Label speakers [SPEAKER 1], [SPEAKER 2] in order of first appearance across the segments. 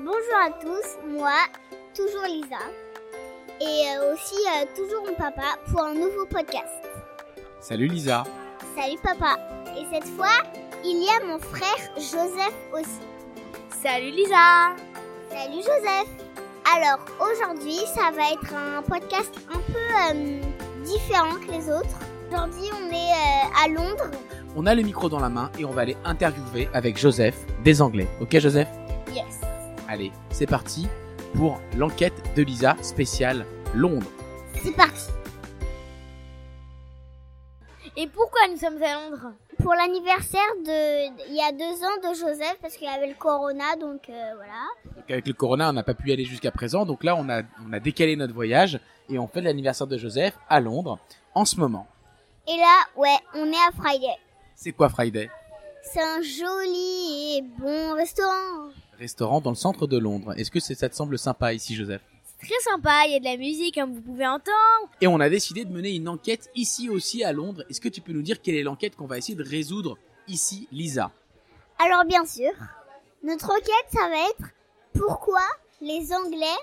[SPEAKER 1] Bonjour à tous, moi, toujours Lisa, et euh, aussi euh, toujours mon papa pour un nouveau podcast.
[SPEAKER 2] Salut Lisa.
[SPEAKER 1] Salut papa Et cette fois, il y a mon frère Joseph aussi.
[SPEAKER 3] Salut Lisa
[SPEAKER 1] Salut Joseph Alors aujourd'hui, ça va être un podcast un peu euh, différent que les autres. Aujourd'hui, on est euh, à Londres.
[SPEAKER 2] On a le micro dans la main et on va aller interviewer avec Joseph des Anglais. Ok Joseph
[SPEAKER 1] Yes.
[SPEAKER 2] Allez, c'est parti pour l'enquête de Lisa spéciale Londres.
[SPEAKER 1] C'est parti
[SPEAKER 3] Et pourquoi nous sommes à Londres
[SPEAKER 1] Pour l'anniversaire de, il y a deux ans de Joseph, parce qu'il avait le corona, donc euh, voilà.
[SPEAKER 2] Donc avec le corona, on n'a pas pu y aller jusqu'à présent, donc là on a, on a décalé notre voyage et on fait l'anniversaire de Joseph à Londres en ce moment.
[SPEAKER 1] Et là, ouais, on est à Friday.
[SPEAKER 2] C'est quoi Friday
[SPEAKER 1] C'est un joli et bon restaurant.
[SPEAKER 2] Restaurant dans le centre de Londres. Est-ce que c'est- ça te semble sympa ici Joseph
[SPEAKER 3] C'est très sympa, il y a de la musique comme vous pouvez entendre.
[SPEAKER 2] Et on a décidé de mener une enquête ici aussi à Londres. Est-ce que tu peux nous dire quelle est l'enquête qu'on va essayer de résoudre ici Lisa
[SPEAKER 1] Alors bien sûr, notre enquête, ça va être pourquoi les Anglais,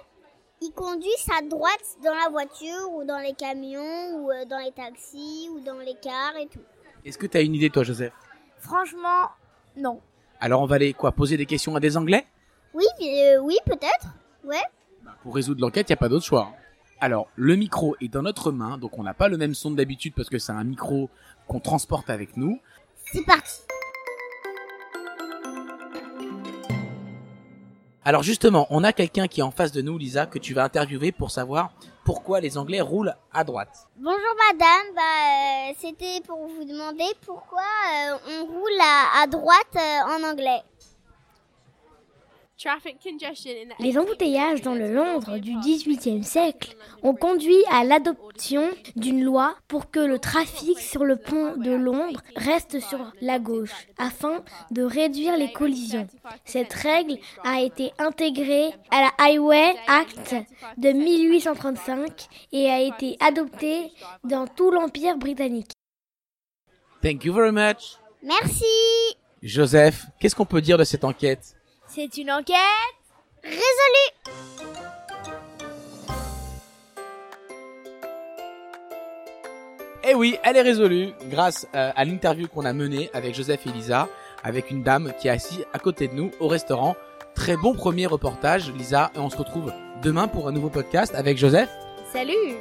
[SPEAKER 1] ils conduisent à droite dans la voiture ou dans les camions ou euh, dans les taxis ou dans les cars et tout.
[SPEAKER 2] Est-ce que tu as une idée toi Joseph
[SPEAKER 3] Franchement, non.
[SPEAKER 2] Alors on va aller quoi poser des questions à des Anglais
[SPEAKER 1] Oui, euh, oui, peut-être. Ouais.
[SPEAKER 2] Pour résoudre l'enquête, il n'y a pas d'autre choix. hein. Alors, le micro est dans notre main, donc on n'a pas le même son de d'habitude parce que c'est un micro qu'on transporte avec nous.
[SPEAKER 1] C'est parti.
[SPEAKER 2] Alors justement, on a quelqu'un qui est en face de nous, Lisa, que tu vas interviewer pour savoir pourquoi les Anglais roulent à droite.
[SPEAKER 1] Bonjour madame, bah euh, c'était pour vous demander pourquoi euh, on roule à, à droite euh, en anglais.
[SPEAKER 4] Les embouteillages dans le Londres du XVIIIe siècle ont conduit à l'adoption d'une loi pour que le trafic sur le pont de Londres reste sur la gauche, afin de réduire les collisions. Cette règle a été intégrée à la Highway Act de 1835 et a été adoptée dans tout l'Empire britannique.
[SPEAKER 2] Thank you very much.
[SPEAKER 1] Merci.
[SPEAKER 2] Joseph, qu'est-ce qu'on peut dire de cette enquête
[SPEAKER 3] C'est une enquête
[SPEAKER 2] Eh oui, elle est résolue grâce euh, à l'interview qu'on a menée avec Joseph et Lisa, avec une dame qui est assise à côté de nous au restaurant. Très bon premier reportage, Lisa, et on se retrouve demain pour un nouveau podcast avec Joseph.
[SPEAKER 3] Salut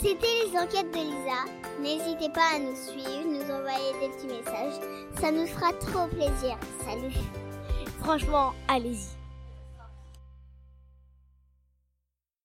[SPEAKER 1] C'était les enquêtes de Lisa. N'hésitez pas à nous suivre, nous envoyer des petits messages. Ça nous fera trop plaisir. Salut
[SPEAKER 3] Franchement, allez-y.